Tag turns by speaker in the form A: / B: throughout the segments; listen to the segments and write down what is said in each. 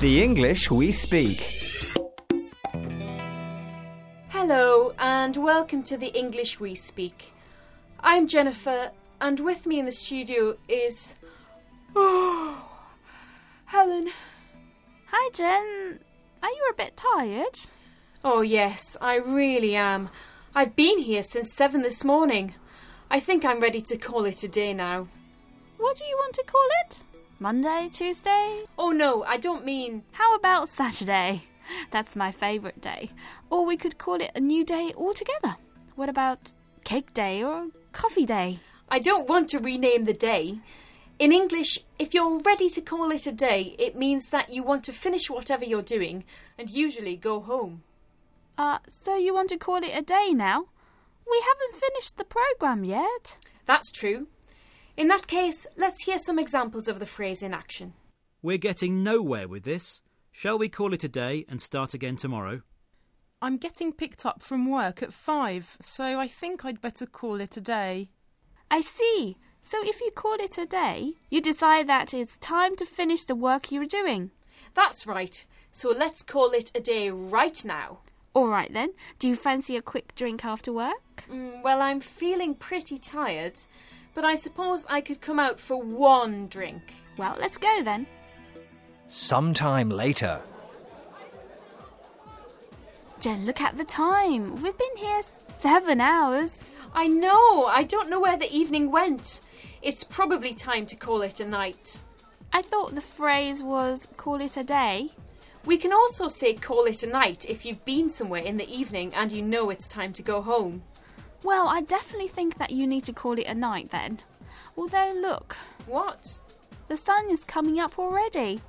A: The English we speak.
B: Hello, and welcome to the English We Speak. I'm Jennifer, and with me in the studio is. Oh, Helen.
C: Hi, Jen. Are you a bit tired?
B: Oh, yes, I really am. I've been here since seven this morning. I think I'm ready to call it a day now.
C: What do you want to call it? Monday, Tuesday?
B: Oh, no, I don't mean.
C: How about Saturday? That's my favourite day. Or we could call it a new day altogether. What about cake day or coffee day?
B: I don't want to rename the day. In English, if you're ready to call it a day, it means that you want to finish whatever you're doing and usually go home.
C: Uh, so you want to call it a day now? We haven't finished the programme yet.
B: That's true. In that case, let's hear some examples of the phrase in action.
D: We're getting nowhere with this. Shall we call it a day and start again tomorrow?
E: I'm getting picked up from work at five, so I think I'd better call it a day.
C: I see. So if you call it a day, you decide that it's time to finish the work you're doing.
B: That's right. So let's call it a day right now.
C: All right then. Do you fancy a quick drink after work?
B: Mm, well, I'm feeling pretty tired, but I suppose I could come out for one drink.
C: Well, let's go then.
A: Sometime later.
C: Jen, look at the time. We've been here seven hours.
B: I know, I don't know where the evening went. It's probably time to call it a night.
C: I thought the phrase was call it a day.
B: We can also say call it a night if you've been somewhere in the evening and you know it's time to go home.
C: Well, I definitely think that you need to call it a night then. Although, look,
B: What?
C: the sun is coming up already.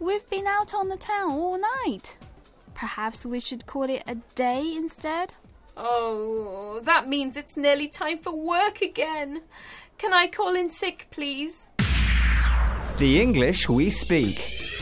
C: We've been out on the town all night. Perhaps we should call it a day instead?
B: Oh, that means it's nearly time for work again. Can I call in sick, please?
A: The English we speak.